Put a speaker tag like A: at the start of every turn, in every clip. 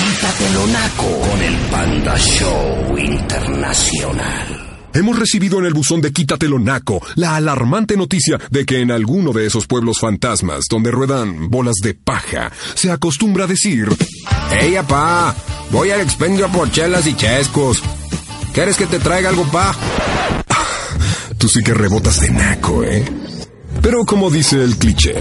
A: Quítatelo naco con el Panda Show Internacional.
B: Hemos recibido en el buzón de Quítatelo Naco la alarmante noticia de que en alguno de esos pueblos fantasmas donde ruedan bolas de paja, se acostumbra decir...
C: ¡Ey, apá! Voy al expendio por chelas y chescos. ¿Quieres que te traiga algo, pa?
B: Ah, Tú sí que rebotas de naco, ¿eh? Pero como dice el cliché,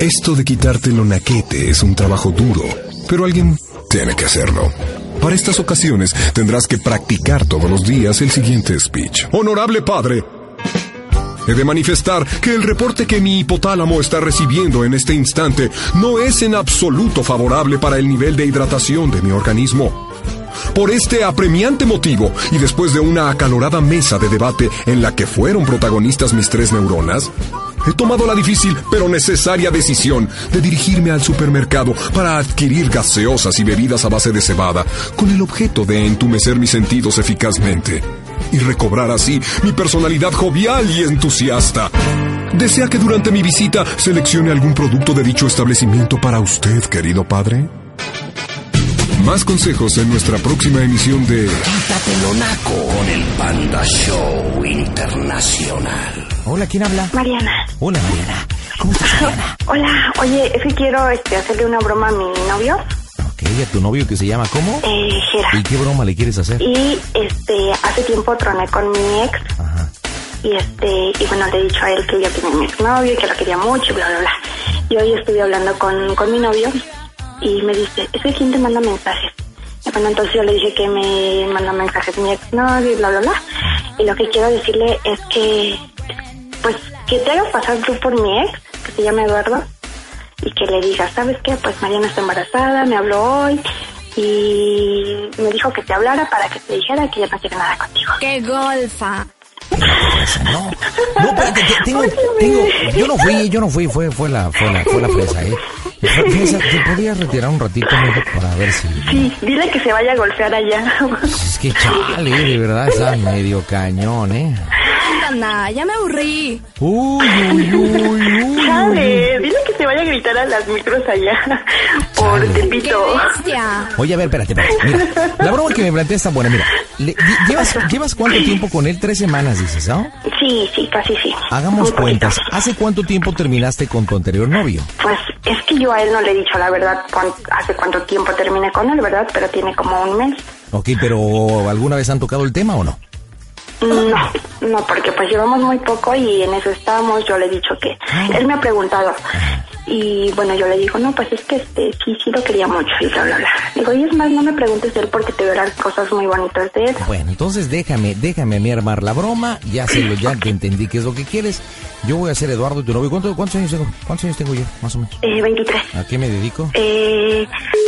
B: esto de quitarte lo naquete es un trabajo duro, pero alguien tiene que hacerlo. Para estas ocasiones tendrás que practicar todos los días el siguiente speech. Honorable padre, he de manifestar que el reporte que mi hipotálamo está recibiendo en este instante no es en absoluto favorable para el nivel de hidratación de mi organismo. Por este apremiante motivo, y después de una acalorada mesa de debate en la que fueron protagonistas mis tres neuronas, he tomado la difícil pero necesaria decisión de dirigirme al supermercado para adquirir gaseosas y bebidas a base de cebada, con el objeto de entumecer mis sentidos eficazmente y recobrar así mi personalidad jovial y entusiasta. ¿Desea que durante mi visita seleccione algún producto de dicho establecimiento para usted, querido padre? Más consejos en nuestra próxima emisión de...
A: Quítatelo naco con el Panda Show Internacional.
D: Hola, ¿quién habla?
E: Mariana.
D: Hola, Mariana. ¿Cómo estás, Mariana?
E: Hola, oye, es que quiero este, hacerle una broma a mi novio,
D: Ok, a tu novio que se llama ¿cómo?
E: eh, Jera.
D: ¿Y qué broma le quieres hacer?
E: Y este, hace tiempo troné con mi ex
D: Ajá.
E: y este, y bueno, le he dicho a él que yo tenía mi novio y que lo quería mucho, y bla, bla, bla. Y hoy estuve hablando con, con mi novio y me dice, es que ¿quién te manda mensajes? Y bueno, entonces yo le dije que me manda mensajes mi ex novio y bla, bla, bla. Y lo que quiero decirle es que, pues, que te hagas pasar tú por mi ex, que se llama Eduardo, y que le diga, ¿sabes qué? Pues Mariana está embarazada, me habló hoy y me dijo que te hablara para que te dijera que ya no quiere nada contigo.
F: ¡Qué golfa!
D: No, no, espérate, te- tengo, tengo, yo no fui, yo no fui, fue, fue la, fue la, fue la presa, ¿eh? Piensa, ¿te podías retirar un ratito, amigo, para ver si...
E: Sí, dile que se vaya a golpear allá.
D: Es que chale, de verdad, está medio cañón, ¿eh?
F: Anda, ya me aburrí.
D: Uy, uy, uy, uy.
E: Chale, dile que se vaya a gritar a las micros allá por
D: Chale.
F: ¡Qué
E: Tepito.
F: bestia!
D: Oye, a ver, espérate, espérate. Mira, la broma que me planteas está buena. Mira, le- lle- llevas, ¿llevas cuánto tiempo con él? Tres semanas, dices, ¿no?
E: Sí, sí, casi sí.
D: Hagamos
E: Un poquito.
D: cuentas. ¿Hace cuánto tiempo terminaste con tu anterior novio?
E: Pues es que yo a él no le he dicho la verdad cuán- hace cuánto tiempo terminé con él, ¿verdad? Pero tiene como un mes.
D: Ok, pero ¿alguna vez han tocado el tema o no?
E: No, no, porque pues llevamos muy poco y en eso estamos. Yo le he dicho que él me ha preguntado y bueno, yo le digo, no, pues es que este, sí, sí lo quería mucho y bla, bla, bla. Digo, y es más, no me preguntes de él porque te verán cosas muy bonitas de él.
D: Bueno, entonces déjame, déjame a mí armar la broma. Ya sé, lo- ya te entendí qué es lo que quieres. Yo voy a ser Eduardo y tu novio. ¿Cuánto- ¿Cuántos años tengo? ¿Cuántos años tengo yo, más o menos?
E: Eh, 23.
D: ¿A qué me dedico?
E: Eh,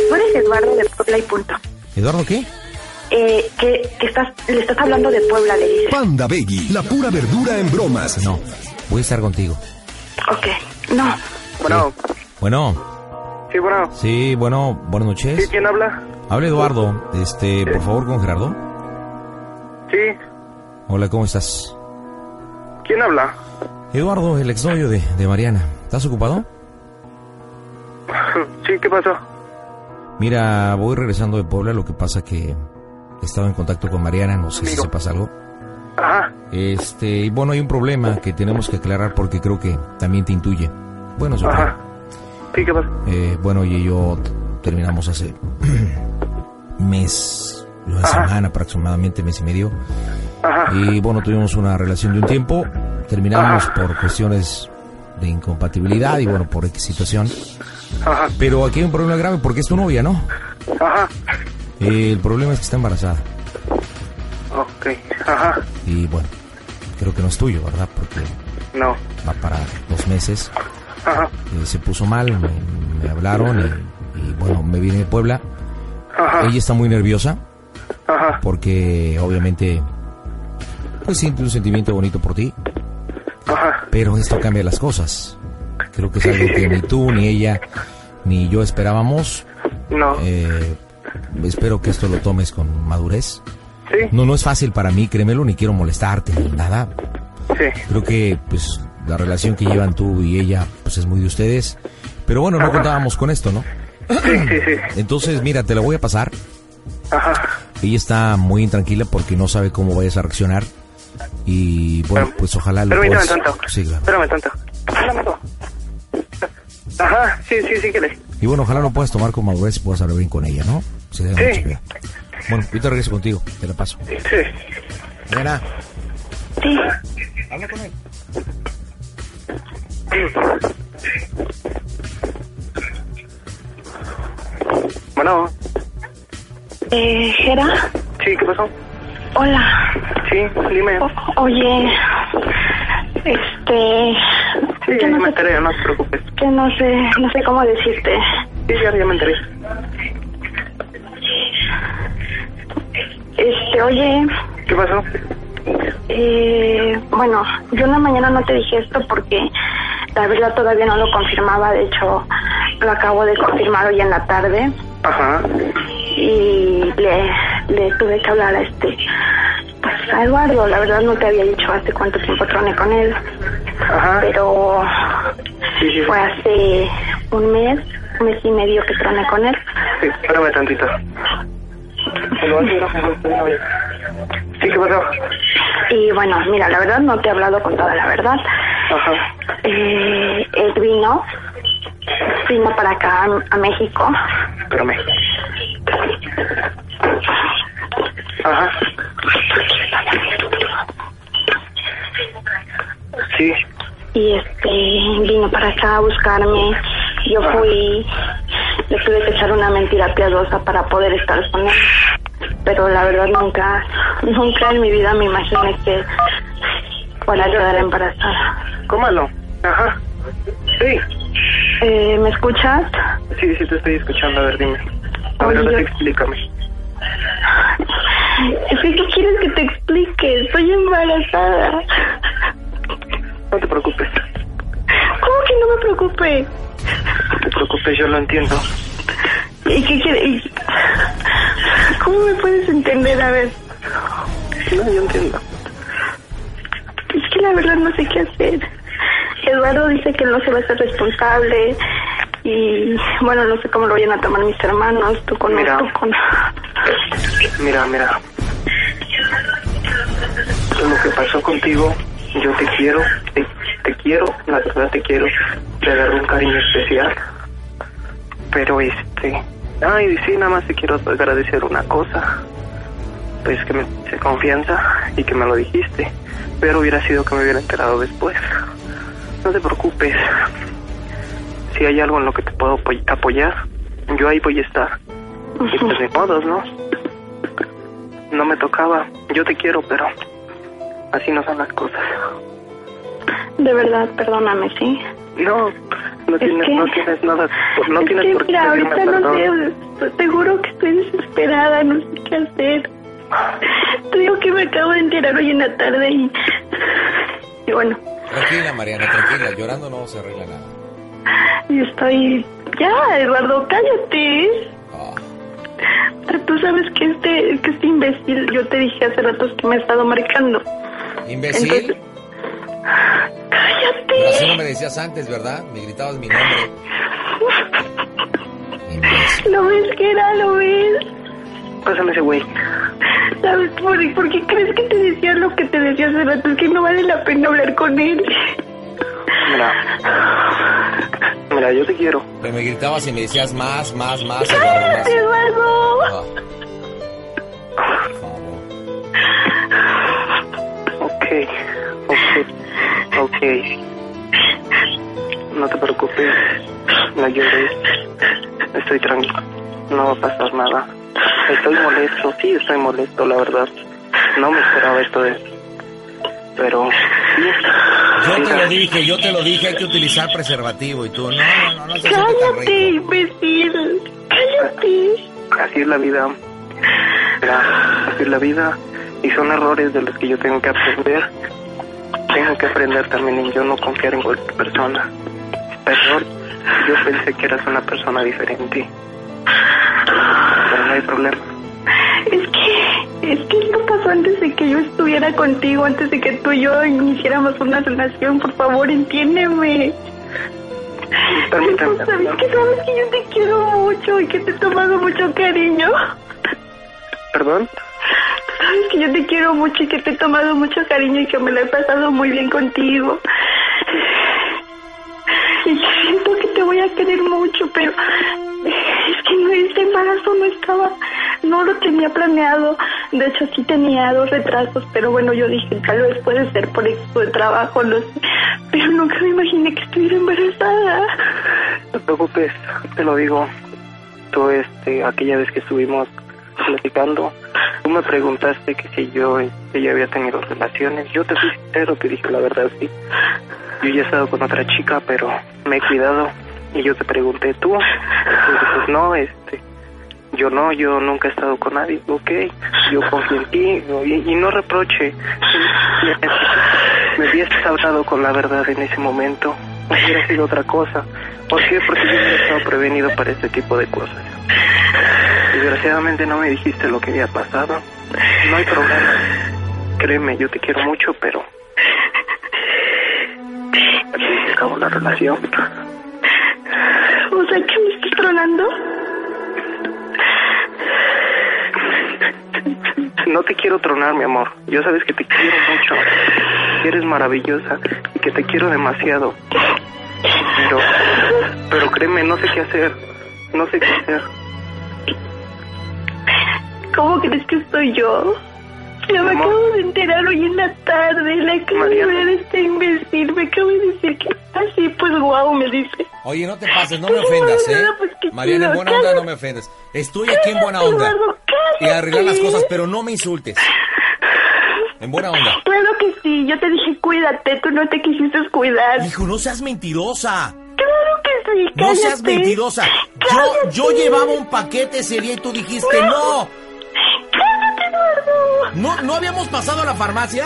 E: tú eres Eduardo de Puebla y punto.
D: ¿Eduardo qué?
E: Eh, que, que estás, le estás hablando de Puebla, le dices.
B: Panda Veggie, la pura verdura en bromas.
D: No, voy a estar contigo.
E: Ok, no.
G: Bueno,
D: Bueno,
G: sí, bueno.
D: sí, bueno, buenas
G: ¿Sí,
D: noches.
G: quién habla?
D: Habla Eduardo, este, por favor, con Gerardo.
G: Sí,
D: Hola, ¿cómo estás?
G: ¿quién habla?
D: Eduardo, el exnovio de, de Mariana. ¿Estás ocupado?
G: Sí, ¿qué pasó?
D: Mira, voy regresando de Puebla, lo que pasa que he estado en contacto con Mariana, no sé si
G: Amigo.
D: se pasa algo.
G: Ajá,
D: Este, y bueno, hay un problema que tenemos que aclarar porque creo que también te intuye. Bueno, supongo.
G: ajá. Sí, ¿qué pasó?
D: Eh, bueno, ella y yo t- terminamos hace mes, una semana aproximadamente, mes y medio.
G: Ajá.
D: Y bueno, tuvimos una relación de un tiempo, terminamos por cuestiones de incompatibilidad y bueno, por X situación.
G: Ajá.
D: Pero aquí hay un problema grave porque es tu novia, ¿no?
G: Ajá.
D: Eh, el problema es que está embarazada.
G: Ok, ajá.
D: Y bueno, creo que no es tuyo, ¿verdad? Porque
G: No.
D: va para dos meses.
G: Ajá.
D: Eh, se puso mal, me, me hablaron y, y, bueno, me vine de Puebla.
G: Ajá.
D: Ella está muy nerviosa
G: Ajá.
D: porque obviamente pues siente un sentimiento bonito por ti,
G: Ajá.
D: pero esto cambia las cosas. Creo que es algo que ni tú, ni ella, ni yo esperábamos.
G: No.
D: Eh, espero que esto lo tomes con madurez.
G: Sí.
D: No, no es fácil para mí, créemelo, ni quiero molestarte ni nada.
G: Sí.
D: Creo que pues la relación que llevan tú y ella pues es muy de ustedes. Pero bueno, no contábamos con esto, ¿no?
G: Sí, sí, sí.
D: Entonces, mira, te la voy a pasar.
G: Ajá.
D: Ella está muy intranquila porque no sabe cómo vayas a reaccionar. Y bueno,
G: Pero-
D: pues ojalá lo
G: Permítame
D: puedas-
G: tanto.
D: Sí, claro.
G: Espérame tanto. Espérame tanto. Ajá, sí, sí, sí, quieres.
D: Y bueno, ojalá lo puedas tomar con madurez y puedas hablar bien con ella, ¿no? Se da mucha piedad. Bueno, yo te regreso contigo, te la paso.
G: Sí.
D: Nena,
E: Sí,
D: habla con él.
G: Bueno,
E: eh, Jera,
G: sí, ¿qué pasó?
E: hola.
G: Sí, dime.
E: O- oye, este,
G: Sí,
E: que
G: ya
E: no
G: me
E: sé,
G: enteré, no te preocupes.
E: que no sé, no sé cómo decirte.
G: Sí, ya, ya me enteré.
E: Este, oye,
G: ¿Qué pasó?
E: eh, bueno, yo en la mañana no te dije esto porque la verdad todavía no lo confirmaba, de hecho lo acabo de confirmar hoy en la tarde
G: Ajá.
E: y le, le tuve que hablar a este, pues a Eduardo, la verdad no te había dicho hace cuánto tiempo troné con él,
G: Ajá.
E: pero
G: Sí, sí, sí.
E: fue hace un mes, un mes y medio que troné con él.
G: Sí, espérame tantito. Sí, ¿qué pasó?
E: Y bueno, mira, la verdad no te he hablado con toda la verdad.
G: Ajá.
E: Eh, él vino, vino para acá a- a México.
G: Espérame. Ajá. Sí.
E: y este vino para acá a buscarme. Yo fui, le tuve que echar una mentira piadosa para poder estar con él. Pero la verdad nunca, nunca en mi vida me imaginé que fuera yo la embarazada.
G: Cómalo. Ajá. Sí.
E: Eh, ¿Me escuchas?
G: Sí, sí, te estoy escuchando. A ver, dime. A
E: Oye,
G: ver, ahora sí
E: yo-
G: explícame.
E: Es que, ¿qué quieres que te explique? Estoy embarazada.
G: No te preocupes.
E: ¿Cómo que no me preocupe?
G: No te preocupes, yo lo entiendo.
E: ¿Y qué quieres? ¿Cómo me puedes entender? A ver,
G: No, yo entiendo.
E: Es que la verdad no sé qué hacer. Eduardo dice que no se va a ser responsable y bueno, no sé cómo lo vayan a tomar mis hermanos, tú con
G: Mira.
E: tú con...
G: Mira, mira. Lo que pasó contigo, yo te quiero, te, te quiero, la verdad te quiero, te agarro un cariño especial. Pero este, ay, sí, nada más te quiero agradecer una cosa. Pues que me hice confianza y que me lo dijiste. Pero hubiera sido que me hubiera enterado después. No te preocupes. Si hay algo en lo que te puedo apoy- apoyar, yo ahí voy a estar. Y pues de modos, ¿no? No me tocaba. Yo te quiero, pero así no son las cosas.
E: De verdad, perdóname, ¿sí?
G: No, no tienes,
E: que-
G: no tienes nada, no
E: es
G: tienes
E: que
G: por qué
E: mira,
G: pedirme
E: ahorita no
G: perdón.
E: sé, te juro que estoy desesperada, no sé qué hacer. Te digo que me acabo de enterar hoy en la tarde y, y bueno,
D: Tranquila, Mariana, tranquila. Llorando no se arregla nada.
E: y estoy... Ya, Eduardo, cállate.
D: Ah.
E: Tú sabes que este, que este imbécil, yo te dije hace ratos que me ha estado marcando.
D: imbécil,
E: Entonces- ¡Cállate!
D: así no me decías antes, ¿verdad? Me gritabas mi nombre. Imbécil.
E: ¿Lo ves, Gera? ¿Lo ves?
G: Pásame ese güey.
E: ¿Sabes por, por qué crees que te decía lo que te decía hace rato? Es que no vale la pena hablar con él.
G: Mira. Mira, yo te quiero.
D: Pero me gritabas y me decías más, más, más. Eduardo, más.
E: ¡Cállate, Eduardo!
D: Ah. Por favor.
G: Ok, ok, ok. No te preocupes. No llores. Estoy tranquilo. No va a pasar nada. Estoy molesto, sí, estoy molesto, la verdad. No me esperaba esto de... Pero...
D: Yo te lo dije, yo te lo dije, hay que utilizar preservativo y tú, no, no, no, no seas tan
E: ¡Cállate,
D: rico.
E: imbécil! ¡Cállate!
G: así es la vida. Era- así es la vida. Y son errores de los que yo tengo que aprender. Tengo que aprender también en yo no confiar en cualquier persona. Error. Yo pensé que eras una persona diferente. Pero no hay problema.
E: Es que, es que esto pasó antes de que yo estuviera contigo, antes de que tú y yo iniciáramos una relación. Por favor, entiéndeme.
G: Permítame.
E: Tú sabes que sabes que yo te quiero mucho y que te he tomado mucho cariño.
G: Perdón.
E: Tú sabes que yo te quiero mucho y que te he tomado mucho cariño y que me lo he pasado muy bien contigo. Y que siento que te voy a querer mucho, pero es que no, este embarazo no estaba, no lo tenía planeado. De hecho, sí tenía dos retrasos, pero bueno, yo dije, tal vez puede ser por esto de trabajo, no sé. Pero nunca me imaginé que estuviera embarazada.
G: No te preocupes, te lo digo. Tú, este, aquella vez que estuvimos platicando, tú me preguntaste que si yo, este, ya había tenido relaciones. Yo te fui sincero, te dije la verdad, sí. Yo ya he estado con otra chica, pero me he cuidado. Y yo te pregunté, ¿tú? Pues, pues, no, este, yo no, yo nunca he estado con nadie. Ok, yo confío en ti y, y no reproche. Me hubieses hablado con la verdad en ese momento. Hubiera sido otra cosa. ¿Por qué? Porque yo hubiera estado prevenido para este tipo de cosas. Desgraciadamente no me dijiste lo que había pasado. No hay problema. Créeme, yo te quiero mucho, pero... Aquí se acabó la relación.
E: O sea, que me estás tronando.
G: No te quiero tronar, mi amor. Yo sabes que te quiero mucho. que Eres maravillosa y que te quiero demasiado. Pero, pero créeme, no sé qué hacer. No sé qué hacer.
E: ¿Cómo crees que soy yo? Ya me
G: Amor.
E: acabo de enterar hoy en la tarde, le acabo
G: Mariana.
E: de ver a este imbécil, me acabo de decir que así, pues guau, me dice.
D: Oye, no te pases, no me ofendas, ¿eh?
E: No, pues, qué
D: Mariana, en
E: chido,
D: buena onda
E: cállate.
D: no me ofendas. Estoy aquí en buena onda.
E: Eduardo,
D: Y
E: cállate.
D: arreglar las cosas, pero no me insultes. En buena onda.
E: Claro que sí, yo te dije cuídate, tú no te quisiste cuidar.
D: Hijo, no seas mentirosa.
E: Claro que sí, cállate.
D: No seas mentirosa. Yo, yo llevaba un paquete ese día y tú dijiste no.
E: Cállate, Eduardo.
D: ¿No, no habíamos pasado a la farmacia?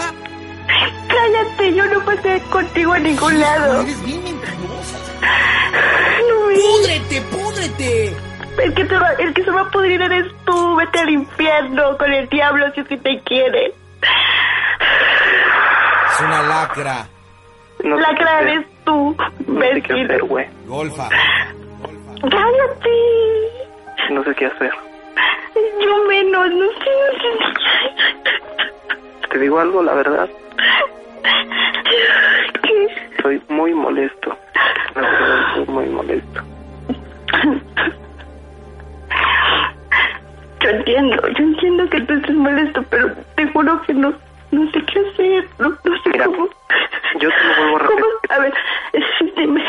E: Cállate, yo no pasé contigo a ningún
D: Hijo,
E: lado.
D: Eres bien mentirosa.
E: No, me-
D: ¡Púdrete, púdrete!
E: el que, te va- el que se va a pudrir eres tú, vete al infierno con el diablo si es que te quiere.
D: Es una lacra.
G: No sé
E: La
G: qué
E: cara
G: hacer.
E: eres tú,
G: No sé qué
E: Betty.
G: hacer, güey.
D: Golfa.
E: Cállate.
G: No sé qué hacer.
E: Yo menos, no sé, no sé.
G: Te digo algo, la verdad. Soy muy molesto. La verdad, soy muy molesto.
E: Yo entiendo, yo entiendo que tú estés molesto, pero te juro que no, no sé qué hacer, no, no sé
G: Mira,
E: cómo.
G: yo te lo vuelvo a
E: ¿Cómo?
G: repetir.
E: A ver, sí, dime.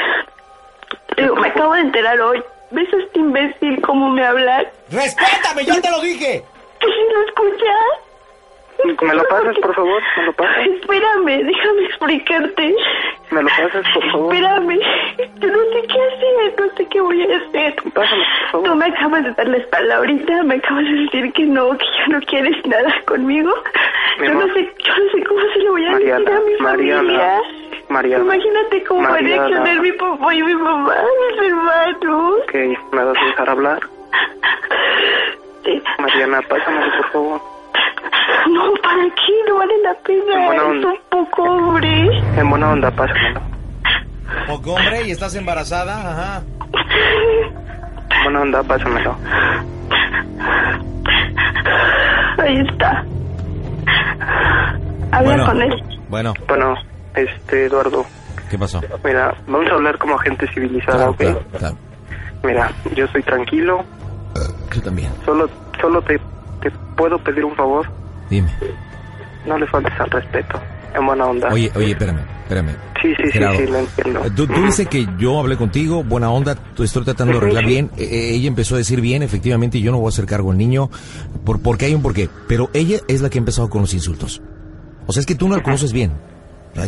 E: Digo, me acabo de enterar hoy. ¿Ves a este imbécil cómo me habla?
D: ¡Respétame! ¡Ya te lo dije!
E: ¿Qué si lo escuchas?
G: ¿Me lo pasas, por favor? ¿Me lo pasas?
E: Espérame, déjame explicarte.
G: ¿Me lo pasas, por favor?
E: Espérame, yo no sé qué hacer, no sé qué voy a hacer.
G: Pásame, por favor.
E: Tú me acabas de dar la espalda ahorita, me acabas de decir que no, que ya no quieres nada conmigo.
G: Mi
E: yo no
G: amor.
E: sé, yo no sé cómo se lo voy a decir
G: Mariana,
E: a mi
G: Mariana,
E: familia.
G: Mariana,
E: Imagínate cómo va a
G: Mariana.
E: reaccionar mi papá y mi mamá, mis hermanos.
G: Ok, ¿me vas a dejar hablar?
E: Sí.
G: Mariana, pásamelo, por favor.
E: No, ¿para qué? No vale la
G: En
E: pena,
G: buena
E: es
G: onda.
E: un poco hombre.
G: En buena onda, pásamelo.
D: Poco hombre, y estás embarazada, ajá.
G: En buena onda, pásamelo.
E: Ahí está. Habla con él.
D: bueno,
G: Bueno, este, Eduardo,
D: ¿qué pasó?
G: mira, vamos a hablar como gente civilizada, ¿ok?
D: Ah, Claro, claro.
G: Mira, yo soy tranquilo,
D: Yo también.
G: solo, solo te, te puedo pedir un favor,
D: Dime.
G: no le faltes al respeto. En buena onda.
D: Oye, oye, espérame, espérame.
G: Sí, sí, sí,
D: Gerardo,
G: sí, lo entiendo.
D: Eh, Tú, tú dices que yo hablé contigo, buena onda, tú estoy tratando de arreglar bien. eh, eh, ella empezó a decir bien, efectivamente, yo no voy a hacer cargo al niño, por, porque hay un porqué. Pero ella es la que ha empezado con los insultos. O sea, es que tú no la conoces bien.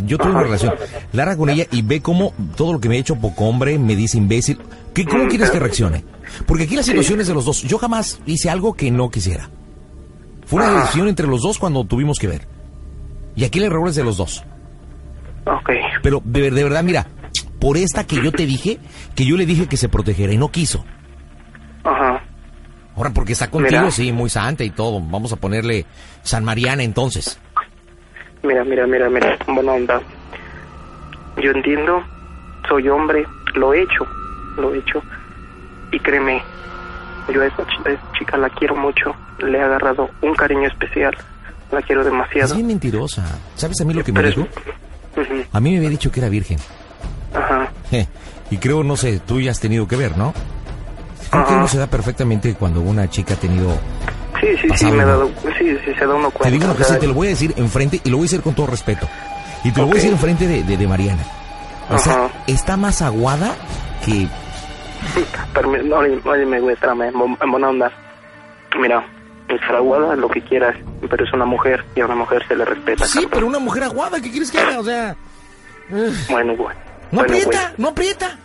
D: Yo tuve una relación larga con ella y ve cómo todo lo que me ha hecho poco hombre me dice imbécil. ¿Qué, ¿Cómo quieres que reaccione? Porque aquí la situación es de los dos. Yo jamás hice algo que no quisiera. Fue una
G: Ajá.
D: decisión entre los dos cuando tuvimos que ver. Y aquí el error es de los dos.
G: Ok.
D: Pero de, ver- de verdad, mira, por esta que yo te dije, que yo le dije que se protegiera y no quiso.
G: Ajá.
D: Ahora, porque está contigo,
G: Mira.
D: sí, muy santa y todo. Vamos a ponerle San Mariana entonces.
G: Mira, mira, mira, mira, buena onda. Yo entiendo, soy hombre, lo he hecho, lo he hecho. Y créeme, yo a esa, chi- a esa chica la quiero mucho, le he agarrado un cariño especial, la quiero
D: Es
G: demasiado.
D: bien mentirosa. ¿Sabes a mí lo que me
G: Pero es-
D: dijo?
G: Ujú,
D: A mí me había dicho que era virgen.
G: Ajá,
D: Je, Y creo, no sé, tú ya has tenido que ver, ¿no? Creo que
G: Ajá.
D: uno se da perfectamente cuando una chica ha tenido...
G: sí, sí, sí,
D: Pasado,
G: me he
D: ¿no?
G: dado, sí, sí, se da uno cuenta.
D: Te digo lo que
G: o sea,
D: sí, te lo voy a decir enfrente y lo voy a decir con todo respeto. Y te lo voy a decir
G: Ok.
D: enfrente de, de- de Mariana. O sea,
G: Ajá.
D: está más aguada que...
G: Permi- no, oye, óyeme, güey, espérame, bu- en buena onda. Mira, fraguada, lo que quieras, pero es una mujer y a una mujer se le respeta.
D: Sí,
G: carnal.
D: pero una mujer aguada, ¿qué quieres que haga? O sea...
G: Bueno, güey.
D: No
G: bueno, güey.
D: aprieta, no aprieta.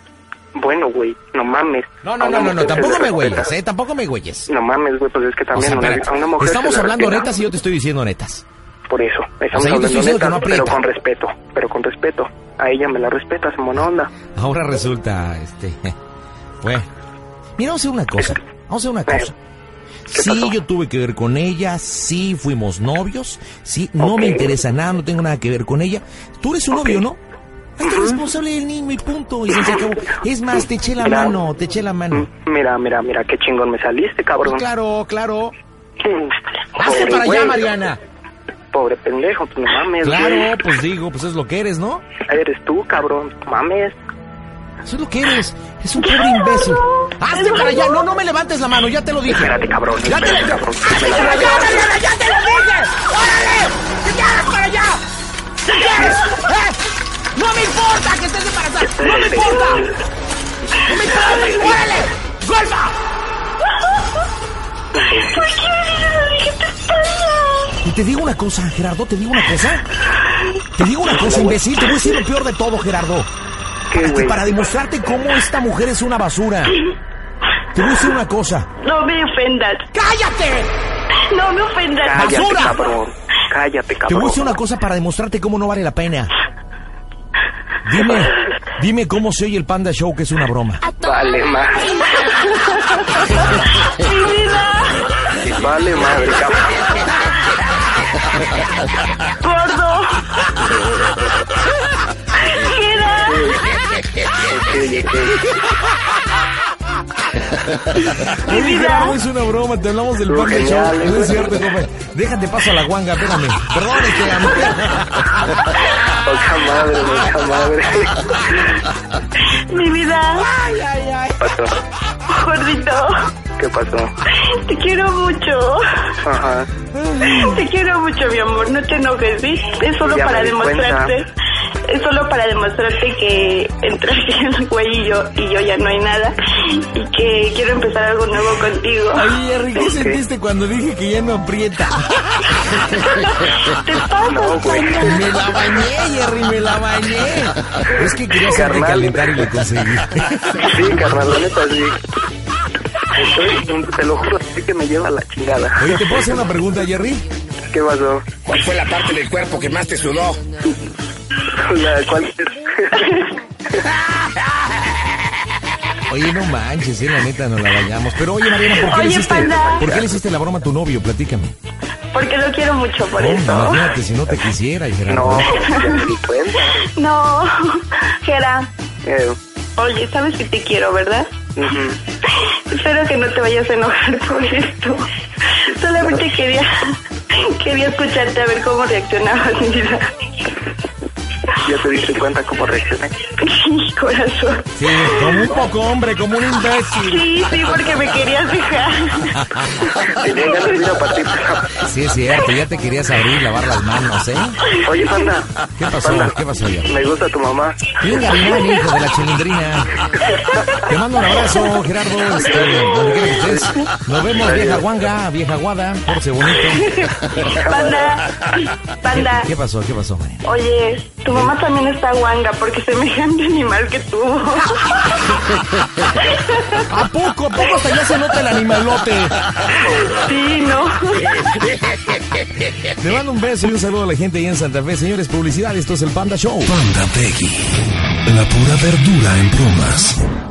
G: Bueno, güey, no mames.
D: No, no,
G: A una
D: no, no, no,
G: mujer se
D: tampoco
G: le
D: me huelles,
G: respeta.
D: ¿eh? Tampoco me huelles.
G: No mames, güey, pues es que
D: O
G: también
D: sea,
G: una-
D: espérate,
G: a una mujer.
D: estamos
G: se le
D: hablando
G: respeta.
D: netas y yo te estoy diciendo netas.
G: Por eso,
D: O
G: estamos
D: sea, yo te estoy
G: hablando
D: diciendo que
G: netas,
D: no
G: pero
D: aprieta.
G: con respeto, pero con respeto. A ella me la respetas, mona onda.
D: Ahora resulta, este... Bueno. Mira, vamos a hacer una cosa. Vamos a hacer una
G: Eh,
D: cosa. Sí,
G: pasó?
D: yo tuve que ver con ella, sí, fuimos novios, sí, no me
G: Ok.
D: interesa nada, no tengo nada que ver con ella. Tú eres su novio, ¿no? Hazte responsable del niño y punto, y se acabó. Es más, te eché la
G: Mira.
D: mano, te eché la
G: Mm,
D: mano.
G: Mira, mira, mira, qué chingón me saliste, cabrón.
D: Claro, claro. Hazte
G: Hazte
D: para allá, Mariana.
G: Pobre pendejo, pues no mames. güey.
D: Claro, pues digo, pues es lo que eres, ¿no?
G: Eres tú, cabrón, no mames.
D: Eso es lo que eres. Es un pobre imbécil. Hazte para allá. No, no me levantes la mano, ya te lo dije.
G: Espérate, cabrón.
D: Ya te
G: espérate,
D: lo
G: cabrón.
D: Hazte para allá, Mariana, ya te lo dije. ¡Órale! ¡Que te hagas para allá! ¡Si quieres! ¡Eh! ¡No me importa que estés embarazada! ¡No me importa! ¡No me importa! ¡Órale! ¡Golfa! Y te digo una cosa, Gerardo, te digo una cosa. Te digo una cosa, imbécil. Te voy a decir lo peor de todo, Gerardo.
G: ¿Qué,
D: Para, que-
G: güey?
D: para demostrarte cómo esta mujer es una basura. Te voy a decir una cosa.
E: No me ofendas.
D: ¡Cállate!
E: No me ofendas.
G: Cállate,
D: ¡Basura!
G: cabrón. Cállate,
D: Te
G: cabrón.
D: voy a decir una cosa para demostrarte cómo no vale la pena. Dime, dime cómo se oye el Panda Show que es una broma.
G: Vale, madre. Vale, madre, cabrón.
E: Gordo. Mira.
D: Oye, Gerardo, es una broma, te hablamos del Panda
G: Genial,
D: Show. No es cierto, compadre. Déjate paso a la guanga, espérame. Perdón, este, amigo.
G: Poca madre, poca madre.
E: Mi vida.
G: ¿Qué pasó?
E: Gordito.
G: ¿Qué pasó?
E: Te quiero mucho.
G: Ajá.
E: Te quiero mucho, mi amor. No te enojes, ¿sí? Es solo
G: Ya me
E: para
G: di
E: demostrarte. Es solo para demostrarte que entre el güey y yo, y yo ya no hay nada. Y que quiero empezar algo nuevo contigo.
D: Ay, Jerry, ¿qué
G: Ok.
D: sentiste cuando dije que ya no aprieta?
E: Te pasas,
G: No, güey.
E: Sandra.
D: Me la bañé, Jerry, me la bañé. Es que quería hacerte
G: Carnal.
D: calentar y lo conseguí.
G: Sí, carnal, la neta, sí. Estoy, te lo juro, así que me lleva a la chingada.
D: Oye, ¿te puedo hacer una pregunta, Jerry?
G: ¿Qué pasó?
A: ¿Cuál fue la parte del cuerpo que más te sudó?
G: La, ¿Cuál es?
D: Oye, no manches, eh, la neta nos la bañamos. Pero oye, Mariana, ¿por qué, le
E: Oye,
D: hiciste,
E: panda.
D: ¿por qué le hiciste la broma a tu novio? Platícame.
E: Porque lo quiero mucho por
D: No,
E: eso.
D: imagínate si no te quisiera, Gerardo.
G: No, ya me di cuenta.
E: No, Gera.
G: Eh,
E: Oye, sabes que te quiero, ¿verdad?
G: ujú.
E: Espero que no te vayas a enojar por esto. Solamente quería quería escucharte a ver cómo reaccionabas, mi vida.
G: ¿Ya te diste cuenta cómo reaccioné?
E: Sí, mi corazón.
H: Sí, como un poco hombre, como un imbécil.
E: Sí, sí, porque me querías dejar.
G: Tenía ganas de ir a patita.
D: Sí, es cierto, ya te querías abrir, lavar las manos, ¿eh?
G: Oye, panda.
D: ¿Qué pasó?
G: Panda,
D: ¿Qué pasó ya?
G: Me gusta tu mamá.
D: Venga, Hernán, hijo de la chilindrina. Te mando un abrazo, Gerardo. Este, donde quiera que estés. Nos vemos, vieja guanga, vieja guada. Porce bonito.
E: Panda, panda.
D: ¿Qué pasó? ¿Qué pasó, María?
E: Oye, tu mamá también está guanga porque semejante animal que tuvo.
H: ¿A poco? ¿A poco hasta ya se nota el animalote?
E: Sí, ¿no?
D: Te mando un beso y un saludo a la gente ahí en Santa Fe. Señores, publicidad, esto es el Panda Show.
B: Panda Peggy, la pura verdura en bromas.